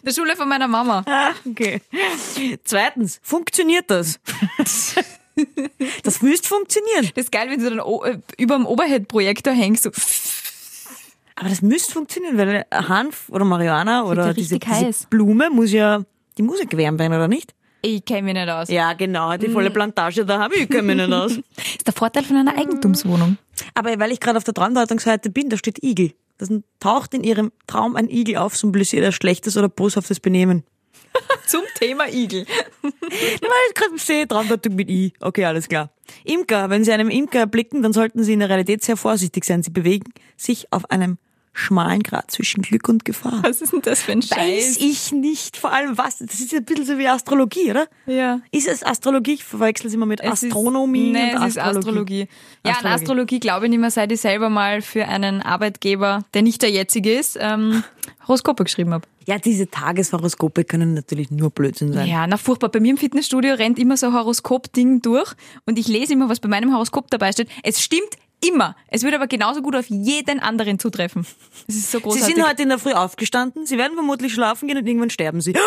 Speaker 3: Der Schule von meiner Mama.
Speaker 2: Ah, Okay. Zweitens, funktioniert das? Das müsste funktionieren.
Speaker 3: Das ist geil, wenn du dann o- äh, über dem Overhead-Projektor hängst. So.
Speaker 2: Aber das müsste funktionieren, weil Hanf oder Marihuana oder
Speaker 3: ja
Speaker 2: diese,
Speaker 3: richtig
Speaker 2: diese
Speaker 3: heiß.
Speaker 2: Blume muss ja, die muss ja gewärmt werden, oder nicht?
Speaker 3: Ich kenne mich nicht aus.
Speaker 2: Ja, genau, die volle Plantage, da habe ich können nicht aus.
Speaker 3: ist der Vorteil von einer Eigentumswohnung.
Speaker 2: Aber weil ich gerade auf der Traumdeutungsseite bin, da steht Igel. Das sind- taucht in ihrem Traum ein Igel auf, symbolisiert er schlechtes oder boshaftes Benehmen.
Speaker 3: Zum Thema Igel.
Speaker 2: Weil ich gerade sehe, Traumdeutung mit I. Okay, alles klar. Imker. Wenn Sie einem Imker erblicken, dann sollten Sie in der Realität sehr vorsichtig sein. Sie bewegen sich auf einem schmalen Grat zwischen Glück und Gefahr.
Speaker 3: Was ist denn das für ein
Speaker 2: Weiß
Speaker 3: Scheiß?
Speaker 2: ich nicht. Vor allem was? Das ist ein bisschen so wie Astrologie, oder?
Speaker 3: Ja.
Speaker 2: Ist es Astrologie? Ich verwechsel es immer mit
Speaker 3: Es ist-
Speaker 2: Astronomie
Speaker 3: nee,
Speaker 2: und
Speaker 3: es ist Astrologie. Ja, an
Speaker 2: Astrologie.
Speaker 3: Astrologie glaube ich nicht mehr, seit ich selber mal für einen Arbeitgeber, der nicht der jetzige ist, ähm, Horoskope geschrieben habe.
Speaker 2: Ja, diese Tageshoroskope können natürlich nur Blödsinn sein.
Speaker 3: Ja, na furchtbar. Bei mir im Fitnessstudio rennt immer so ein Horoskop-Ding durch und ich lese immer, was bei meinem Horoskop dabei steht. Es stimmt immer. Es würde aber genauso gut auf jeden anderen zutreffen. Es ist so
Speaker 2: Sie
Speaker 3: großartig.
Speaker 2: sind halt heute in der Früh aufgestanden, Sie werden vermutlich schlafen gehen und irgendwann sterben Sie.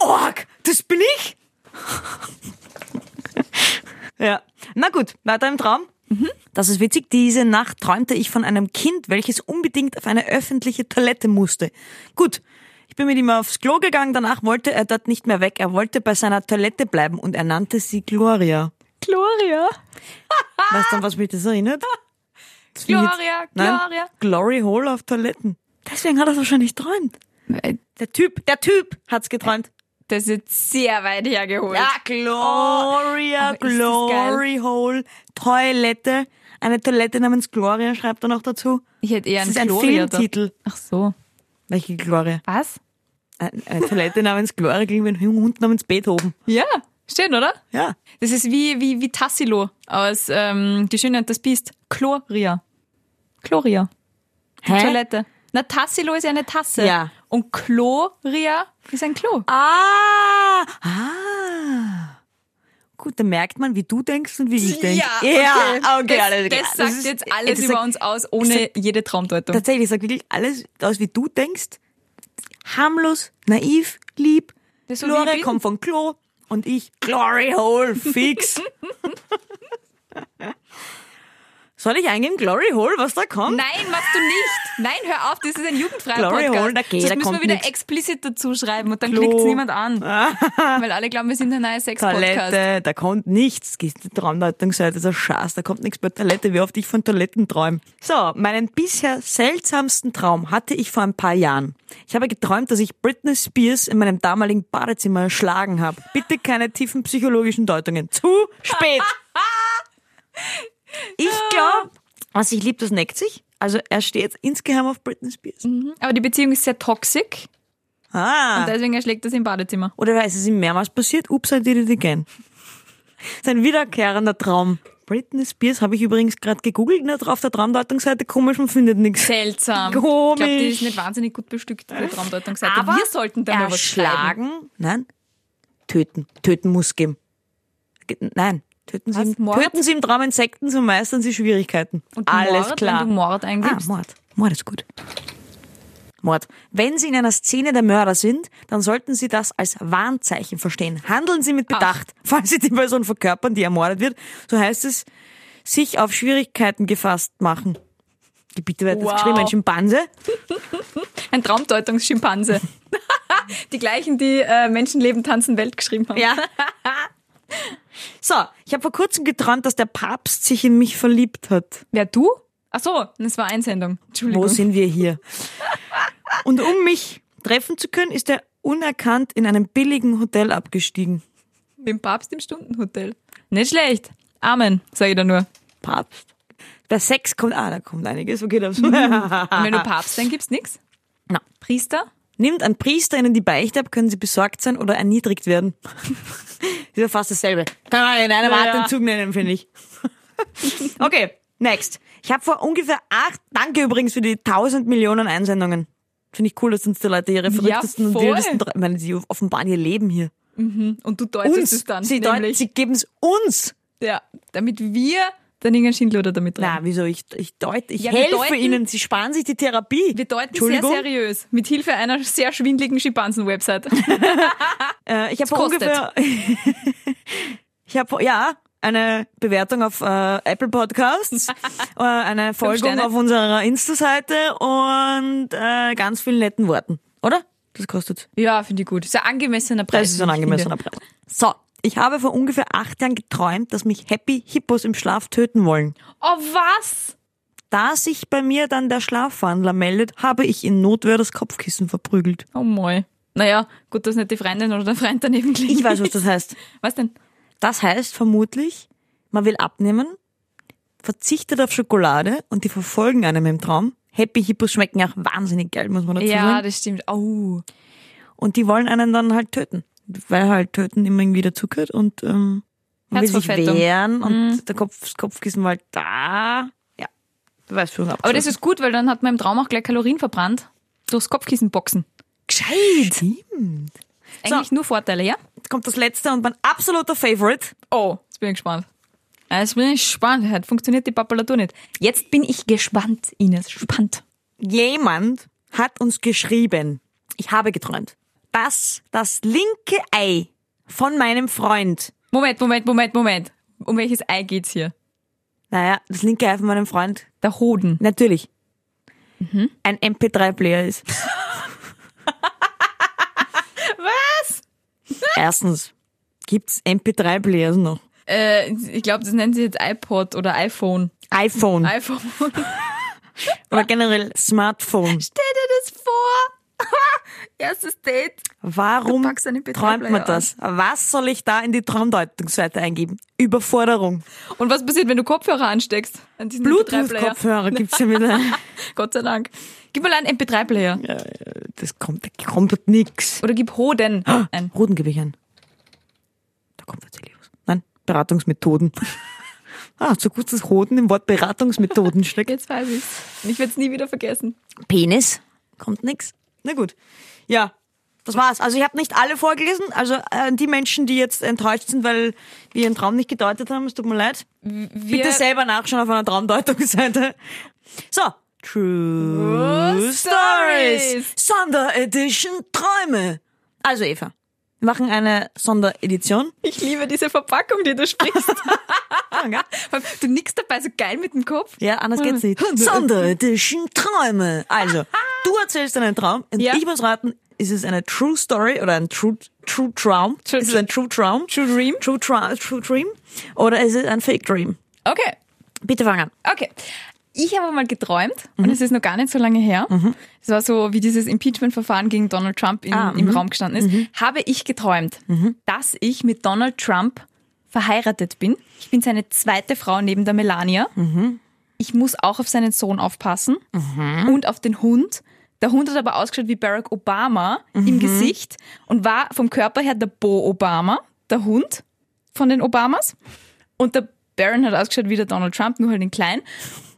Speaker 2: Org, das bin ich? ja. Na gut, weiter im Traum. Das ist witzig. Diese Nacht träumte ich von einem Kind, welches unbedingt auf eine öffentliche Toilette musste. Gut. Ich bin mit ihm aufs Klo gegangen, danach wollte er dort nicht mehr weg. Er wollte bei seiner Toilette bleiben und er nannte sie Gloria.
Speaker 3: Gloria.
Speaker 2: Weißt du, an was mich das erinnert? Das bin ich jetzt-
Speaker 3: Gloria,
Speaker 2: Nein,
Speaker 3: Gloria.
Speaker 2: Glory Hole auf Toiletten. Deswegen hat er es wahrscheinlich geträumt. Der Typ, der Typ hat's geträumt.
Speaker 3: Äh, Das ist jetzt sehr weit hergeholt.
Speaker 2: Gloria,
Speaker 3: aber ist das
Speaker 2: Glory Hole, Toilette. Eine Toilette namens Gloria schreibt er noch dazu.
Speaker 3: Ich hätte eher
Speaker 2: Das
Speaker 3: einen
Speaker 2: ist ein
Speaker 3: Gloria da-
Speaker 2: Filmtitel.
Speaker 3: Ach so.
Speaker 2: Welche Gloria?
Speaker 3: Was?
Speaker 2: Eine, eine Toilette namens Gloria gegen einen jungen Hund namens Beethoven.
Speaker 3: Ja. Schön, oder?
Speaker 2: Ja.
Speaker 3: Das ist wie, wie, wie Tassilo aus ähm, Die Schöne und das Biest. Chloria. Chloria. Die
Speaker 2: Hä?
Speaker 3: Toilette. Na, Tassilo ist ja eine Tasse.
Speaker 2: Ja.
Speaker 3: Und Chloria ist ein Klo.
Speaker 2: Ah, ah. Gut, da merkt man, wie du denkst und wie ich denke. ja, okay, alles
Speaker 3: das,
Speaker 2: klar.
Speaker 3: das sagt
Speaker 2: ist-
Speaker 3: jetzt alles
Speaker 2: das
Speaker 3: über
Speaker 2: sagt-
Speaker 3: uns aus, ohne jede Traumdeutung.
Speaker 2: Tatsächlich, sagt wirklich alles aus, wie du denkst. Harmlos, naiv, lieb.
Speaker 3: Das ist so, wie ich
Speaker 2: Gloria
Speaker 3: bin.
Speaker 2: kommt von Klo und ich Glory Hole, fix. Soll ich eingeben, Glory Hole, was da kommt?
Speaker 3: Nein, machst du nicht. Nein, hör auf, das ist ein jugendfreier
Speaker 2: Glory
Speaker 3: Podcast.
Speaker 2: hole, da geht,
Speaker 3: Sonst
Speaker 2: da
Speaker 3: müssen
Speaker 2: kommt
Speaker 3: wir wieder
Speaker 2: nix.
Speaker 3: explizit dazu schreiben und dann
Speaker 2: Klo.
Speaker 3: klickt es niemand an. weil alle glauben, wir sind ein neuer Sex-Podcast.
Speaker 2: Toilette, da kommt nichts. Gehst die Traumdeutungsseite, das ist ein Schatz, da kommt nichts bei Toilette, wie oft ich von Toiletten träume. So, meinen bisher seltsamsten Traum hatte ich vor ein paar Jahren. Ich habe geträumt, dass ich Britney Spears in meinem damaligen Badezimmer erschlagen habe. Bitte keine tiefen psychologischen Deutungen. Zu spät. Ich glaube, was ich liebt, das neckt sich. Also er steht insgeheim auf Britney Spears.
Speaker 3: Aber die Beziehung ist sehr toxisch
Speaker 2: Ah.
Speaker 3: und deswegen erschlägt das im Badezimmer.
Speaker 2: Oder weil es ist ihm mehrmals passiert, ups, I did it again. Sein wiederkehrender Traum. Britney Spears habe ich übrigens gerade gegoogelt, ne, auf der Traumdeutungsseite komisch, man findet nichts.
Speaker 3: Seltsam.
Speaker 2: Komisch.
Speaker 3: Ich glaube, die ist nicht wahnsinnig gut bestückt, die Traumdeutungsseite. wir sollten da mal was schreiben.
Speaker 2: erschlagen, nein, töten, töten muss geben. Ge- Nein, töten sie,
Speaker 3: Was?
Speaker 2: im,
Speaker 3: Mord?
Speaker 2: töten sie im Traum Insekten, so meistern sie Schwierigkeiten.
Speaker 3: Und
Speaker 2: Alles
Speaker 3: Mord,
Speaker 2: klar.
Speaker 3: wenn du Mord
Speaker 2: Ah,
Speaker 3: eingibst.
Speaker 2: Mord. Mord ist gut. Mord. Wenn Sie in einer Szene der Mörder sind, dann sollten Sie das als Warnzeichen verstehen. Handeln Sie mit Bedacht. Falls Sie die Person verkörpern, die ermordet wird, so heißt es, sich auf Schwierigkeiten gefasst machen. Die Bitte wird jetzt
Speaker 3: Wow.
Speaker 2: geschrieben, ein Schimpanse.
Speaker 3: Ein Traumdeutungsschimpanse. die gleichen, die äh, Menschenleben tanzen Welt geschrieben haben.
Speaker 2: Ja. so, ich habe vor kurzem geträumt, dass der Papst sich in mich verliebt hat.
Speaker 3: Wer du? Ach so, das war Einsendung. Entschuldigung.
Speaker 2: Wo sind wir hier? Und um mich treffen zu können, ist er unerkannt in einem billigen Hotel abgestiegen.
Speaker 3: Mit dem Papst im Stundenhotel. Nicht schlecht. Amen, sage ich da nur.
Speaker 2: Papst. Der Sex kommt, ah, da kommt einiges, okay, das. Na.
Speaker 3: Und wenn du Papst, dann gibt's nix. Priester?
Speaker 2: Nimmt ein Priester ihnen die Beichte ab, können sie besorgt sein oder erniedrigt werden. ist ja fast dasselbe. Kann man in einem
Speaker 3: Ja.
Speaker 2: Atemzug nennen, finde ich. okay, next. Ich habe vor ungefähr acht, danke übrigens für die tausend Millionen Einsendungen. Finde ich cool, dass uns die Leute ihre verrücktesten und
Speaker 3: voll.
Speaker 2: wildesten, Tra- ich meine, sie offenbaren ihr Leben hier.
Speaker 3: Und du deutest
Speaker 2: uns.
Speaker 3: es dann.
Speaker 2: sie deuten-
Speaker 3: nämlich,
Speaker 2: sie geben es uns.
Speaker 3: ja, damit wir dann irgendein Schindluder damit rein.
Speaker 2: Na, wieso? Ich, ich deute, ich
Speaker 3: Ja, wir
Speaker 2: helfe
Speaker 3: deuten-
Speaker 2: ihnen. Sie sparen sich die Therapie.
Speaker 3: Wir deuten sehr
Speaker 2: Entschuldigung.
Speaker 3: seriös. Mit Hilfe einer sehr schwindligen Schimpansen-Website.
Speaker 2: Äh, ich habe vor
Speaker 3: kostet.
Speaker 2: ungefähr... ich habe vor, ja, eine Bewertung auf äh, Apple Podcasts, äh, eine Folgung
Speaker 3: Sterne.
Speaker 2: auf unserer Insta-Seite und äh, ganz vielen netten Worten. Oder? Das kostet...
Speaker 3: ja, finde ich gut. Ist ein angemessener Preis.
Speaker 2: Das ist ein
Speaker 3: wie ich
Speaker 2: angemessener Preis. So, ich habe vor ungefähr acht Jahren geträumt, dass mich Happy Hippos im Schlaf töten wollen.
Speaker 3: finde. Oh, was?
Speaker 2: Da sich bei mir dann der Schlafwandler meldet, habe ich in Notwehr das Kopfkissen verprügelt.
Speaker 3: Oh, moi. Naja, gut, dass nicht die Freundin oder der Freund daneben klingt.
Speaker 2: Ich weiß, was das heißt.
Speaker 3: Was denn?
Speaker 2: Das heißt vermutlich, man will abnehmen, verzichtet auf Schokolade und die verfolgen einem im Traum. Happy Hippos schmecken auch wahnsinnig geil, muss man dazu
Speaker 3: Ja,
Speaker 2: sagen.
Speaker 3: das stimmt. Oh.
Speaker 2: Und die wollen einen dann halt töten. Weil halt töten immer irgendwie dazugehört und ähm, man will sich
Speaker 3: Herzverfettung. Mhm.
Speaker 2: wehren und der Kopf, das Kopfkissen war halt da. Ja, du weißt schon.
Speaker 3: Aber das ist gut, weil dann hat man im Traum auch gleich Kalorien verbrannt. Durchs Kopfkissen boxen.
Speaker 2: gescheit. Stimmt.
Speaker 3: Eigentlich nur Vorteile, ja?
Speaker 2: Jetzt kommt das letzte und mein absoluter Favorite.
Speaker 3: Oh, jetzt bin ich gespannt. Jetzt bin ich gespannt. Heute funktioniert die Papalatur nicht. Jetzt bin ich gespannt, Ines. Spannend.
Speaker 2: Jemand hat uns geschrieben, ich habe geträumt, dass das linke Ei von meinem Freund,
Speaker 3: Moment, Moment, Moment, Moment. Um welches Ei geht's hier?
Speaker 2: naja, das linke Ei von meinem Freund,
Speaker 3: Der Hoden.
Speaker 2: natürlich,
Speaker 3: Mhm.
Speaker 2: ein MP3-Player ist. Was? Erstens, gibt's MP3-Players noch?
Speaker 3: Äh, ich glaube, das nennt sich jetzt iPod oder iPhone.
Speaker 2: iPhone
Speaker 3: iPhone. Stell dir
Speaker 2: oder generell Smartphone.
Speaker 3: das vor. Erstes Date.
Speaker 2: Warum
Speaker 3: packst einen MP3
Speaker 2: träumt man
Speaker 3: Player
Speaker 2: das? Was soll ich da in die Traumdeutungsseite eingeben? Überforderung.
Speaker 3: Und was passiert, wenn du Kopfhörer ansteckst? An diesen MP3-Player.
Speaker 2: Bluetooth-Kopfhörer gibt's ja wieder.
Speaker 3: Gott sei Dank. Gib mal einen MP3-Player.
Speaker 2: Das Äh, kommt, da kommt nix.
Speaker 3: Oder gib Hoden ein.
Speaker 2: Hoden gebe ich an. Da Da kommt tatsächlich was. Nein, Beratungsmethoden. ah, so gut das Hoden im Wort Beratungsmethoden steckt.
Speaker 3: Jetzt weiß ich's. Und ich werde es nie wieder vergessen.
Speaker 2: Penis. Kommt nix. Na gut. Ja, das war's. Also ich habe nicht alle vorgelesen. Also äh, die Menschen, die jetzt enttäuscht sind, weil wir ihren Traum nicht gedeutet haben, es tut mir leid.
Speaker 3: Wir,
Speaker 2: Bitte selber nachschauen auf einer Traumdeutungsseite. So. True
Speaker 3: True Stories.
Speaker 2: Stories. Sonderedition Träume. Also Eva, wir machen eine Sonderedition.
Speaker 3: ich liebe diese Verpackung, die du sprichst. du nickst dabei so geil mit dem Kopf.
Speaker 2: Ja, anders geht's nicht. Sonderedition Träume. Also, du erzählst einen Traum und
Speaker 3: Ja.
Speaker 2: ich muss raten, ist es eine True Story oder ein True True Traum?
Speaker 3: True-
Speaker 2: ist es ein True Traum?
Speaker 3: True Dream.
Speaker 2: True, Tra True Dream? Oder ist es ein Fake Dream?
Speaker 3: Okay.
Speaker 2: Bitte fang an.
Speaker 3: Okay. Ich habe mal geträumt, und es ist noch gar nicht so lange her, es war so, wie dieses Impeachment-Verfahren gegen Donald Trump in, im Raum gestanden ist, habe ich geträumt, dass ich mit Donald Trump verheiratet bin. Ich bin seine zweite Frau neben der Melania. Ich muss auch auf seinen Sohn aufpassen und auf den Hund. Der Hund hat aber ausgeschaut wie Barack Obama im Gesicht und war vom Körper her der Bo Obama, der Hund von den Obamas. Und der Barron hat ausgeschaut wie der Donald Trump, nur halt in klein.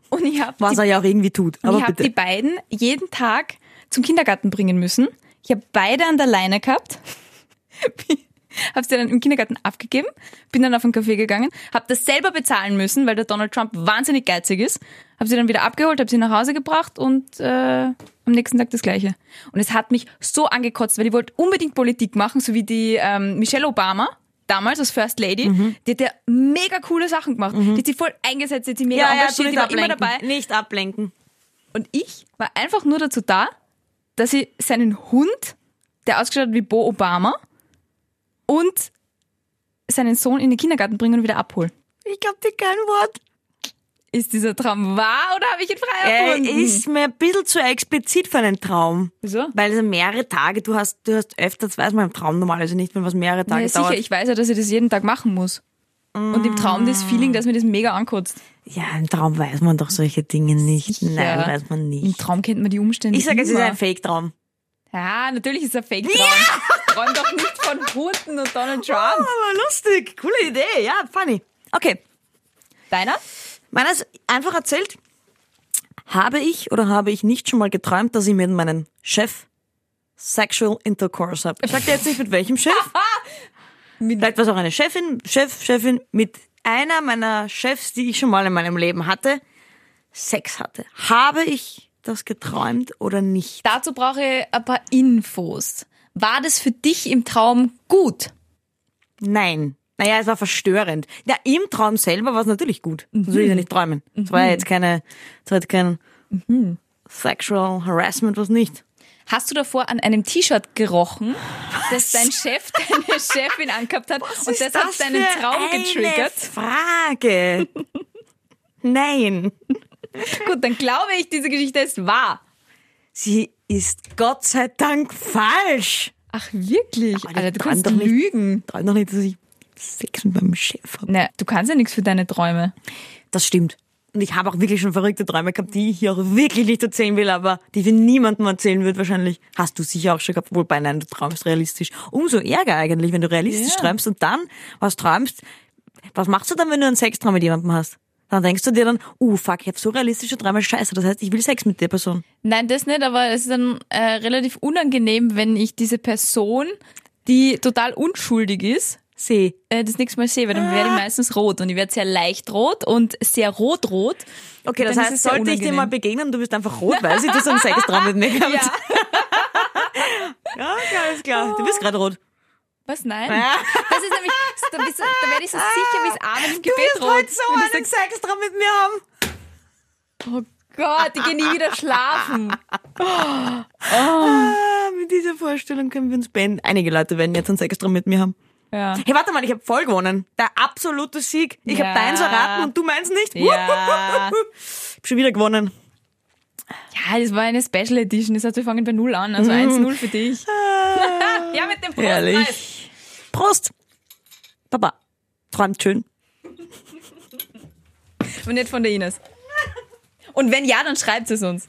Speaker 3: Und ich habe
Speaker 2: Was er ja auch irgendwie tut. Aber
Speaker 3: ich habe
Speaker 2: bitte.
Speaker 3: die beiden jeden Tag zum Kindergarten bringen müssen. Ich habe beide an der Leine gehabt. habe sie dann im Kindergarten abgegeben, bin dann auf einen Café gegangen, habe das selber bezahlen müssen, weil der Donald Trump wahnsinnig geizig ist. Habe sie dann wieder abgeholt, habe sie nach Hause gebracht und äh, am nächsten Tag das Gleiche. Und es hat mich so angekotzt, weil ich wollte unbedingt Politik machen, so wie die ähm, Michelle Obama. Damals als First Lady,
Speaker 2: Mhm.
Speaker 3: die hat ja mega coole Sachen gemacht. Die hat sie voll eingesetzt, die hat sie mega
Speaker 2: tu
Speaker 3: engagiert, die war immer dabei.
Speaker 2: Nicht ablenken.
Speaker 3: Und ich war einfach nur dazu da, dass ich seinen Hund, der ausgeschaut hat wie Bo Obama, und seinen Sohn in den Kindergarten bringe und wieder abhole.
Speaker 2: Ich glaube dir kein Wort.
Speaker 3: Ist dieser Traum wahr oder habe ich ihn frei
Speaker 2: Er
Speaker 3: erfunden?
Speaker 2: Äh, ist mir ein bisschen zu explizit für einen Traum.
Speaker 3: Wieso?
Speaker 2: Weil es mehrere Tage, du hast, du hast öfters, weiß man im Traum normalerweise nicht, wenn was mehrere Tage
Speaker 3: Ja, sicher,
Speaker 2: dauert.
Speaker 3: ich weiß ja, dass ich das jeden Tag machen muss. Und im Traum das Feeling, dass mir das mega ankotzt.
Speaker 2: Ja, im Traum weiß man doch solche Dinge nicht.
Speaker 3: Sicher.
Speaker 2: Nein, weiß man
Speaker 3: Im
Speaker 2: nicht.
Speaker 3: Traum kennt man die Umstände.
Speaker 2: Ich sage, es ist
Speaker 3: immer.
Speaker 2: ein Fake-Traum.
Speaker 3: Ja, natürlich ist es ein Fake-Traum. Träum doch nicht von Hunden und Donald Trump.
Speaker 2: Aber lustig, coole Idee, ja, funny. Okay,
Speaker 3: Deiner?
Speaker 2: meines einfach erzählt, habe ich oder habe ich nicht schon mal geträumt, dass ich mit meinem Chef Sexual Intercourse habe? Ich sage dir jetzt nicht mit welchem Chef. Vielleicht war es auch eine Chefin, Chef, Chefin, mit einer meiner Chefs, die ich schon mal in meinem Leben hatte, Sex hatte. Habe ich das geträumt oder nicht?
Speaker 3: Dazu brauche ich ein paar Infos. War das für dich im Traum gut?
Speaker 2: Nein. Naja, es war verstörend. Ja, im Traum selber war es natürlich gut. Das will ich ja nicht träumen. Es war ja jetzt keine, es war jetzt kein Sexual Harassment, was nicht.
Speaker 3: Hast du davor an einem T-Shirt gerochen, das dein Chef, deine Chefin angehabt hat und das hat deinen
Speaker 2: für
Speaker 3: Traum
Speaker 2: eine
Speaker 3: getriggert?
Speaker 2: Frage. Nein.
Speaker 3: Gut, dann glaube ich, diese Geschichte ist wahr.
Speaker 2: Sie ist Gott sei Dank falsch.
Speaker 3: Ach wirklich?
Speaker 2: Aber die
Speaker 3: Alter, du
Speaker 2: träumen
Speaker 3: kannst
Speaker 2: doch nicht.
Speaker 3: lügen.
Speaker 2: Träum doch nicht, dass ich Sex mit meinem Chef habe.
Speaker 3: Na, du kannst ja nichts für deine Träume.
Speaker 2: Das stimmt. Und ich habe auch wirklich schon verrückte Träume gehabt, die ich hier auch wirklich nicht erzählen will, aber die ich niemandem erzählen wird wahrscheinlich. Hast du sicher auch schon gehabt, wobei nein, du träumst realistisch. Umso ärger eigentlich, wenn du realistisch
Speaker 3: Ja.
Speaker 2: träumst und dann was träumst. Was machst du dann, wenn du einen Sextraum mit jemandem hast? Dann denkst du dir dann, uh, fuck, ich habe so realistische Träume, scheiße, das heißt, ich will Sex mit der Person.
Speaker 3: Nein, das nicht, aber es ist dann äh, relativ unangenehm, wenn ich diese Person, die total unschuldig ist,
Speaker 2: Seh.
Speaker 3: äh, das nächste Mal sehe, weil dann
Speaker 2: Ah.
Speaker 3: werde ich meistens rot und ich werde sehr leicht rot und sehr rot-rot.
Speaker 2: Okay, das
Speaker 3: Dann ist
Speaker 2: heißt,
Speaker 3: es sehr
Speaker 2: sollte ich dir
Speaker 3: unangenehm.
Speaker 2: mal begegnen, du bist einfach rot, weil sie du so einen Sextraum mit mir gehabt.
Speaker 3: Ja.
Speaker 2: ja, okay, alles klar. Du bist gerade rot.
Speaker 3: Was? Nein?
Speaker 2: Ja. Ah.
Speaker 3: Das ist nämlich, da, bist, du- da werde ich so sicher wie das Abend im
Speaker 2: Du
Speaker 3: Gebet
Speaker 2: wirst
Speaker 3: rot.
Speaker 2: heute so
Speaker 3: Wenn du
Speaker 2: einen Sextraum mit mir haben.
Speaker 3: sagst, oh Gott, ich gehe nie wieder schlafen.
Speaker 2: Ah, mit dieser Vorstellung können wir uns beenden. Einige Leute werden jetzt einen Sextraum mit mir haben.
Speaker 3: Ja.
Speaker 2: Hey, warte mal, ich habe voll gewonnen. Der absolute Sieg. Ich
Speaker 3: Ja.
Speaker 2: habe deins erraten und du meins nicht.
Speaker 3: Ja.
Speaker 2: Ich hab schon wieder gewonnen.
Speaker 3: ja, das war eine Special Edition. Das heißt, wir fangen bei Null an. Also 1-0 für dich. ja, mit dem Brustpreis.
Speaker 2: Mhm. Ah. Herrlich. Prost. Papa, träumt schön.
Speaker 3: Und nicht von der Ines. Und wenn ja, dann schreibt es uns.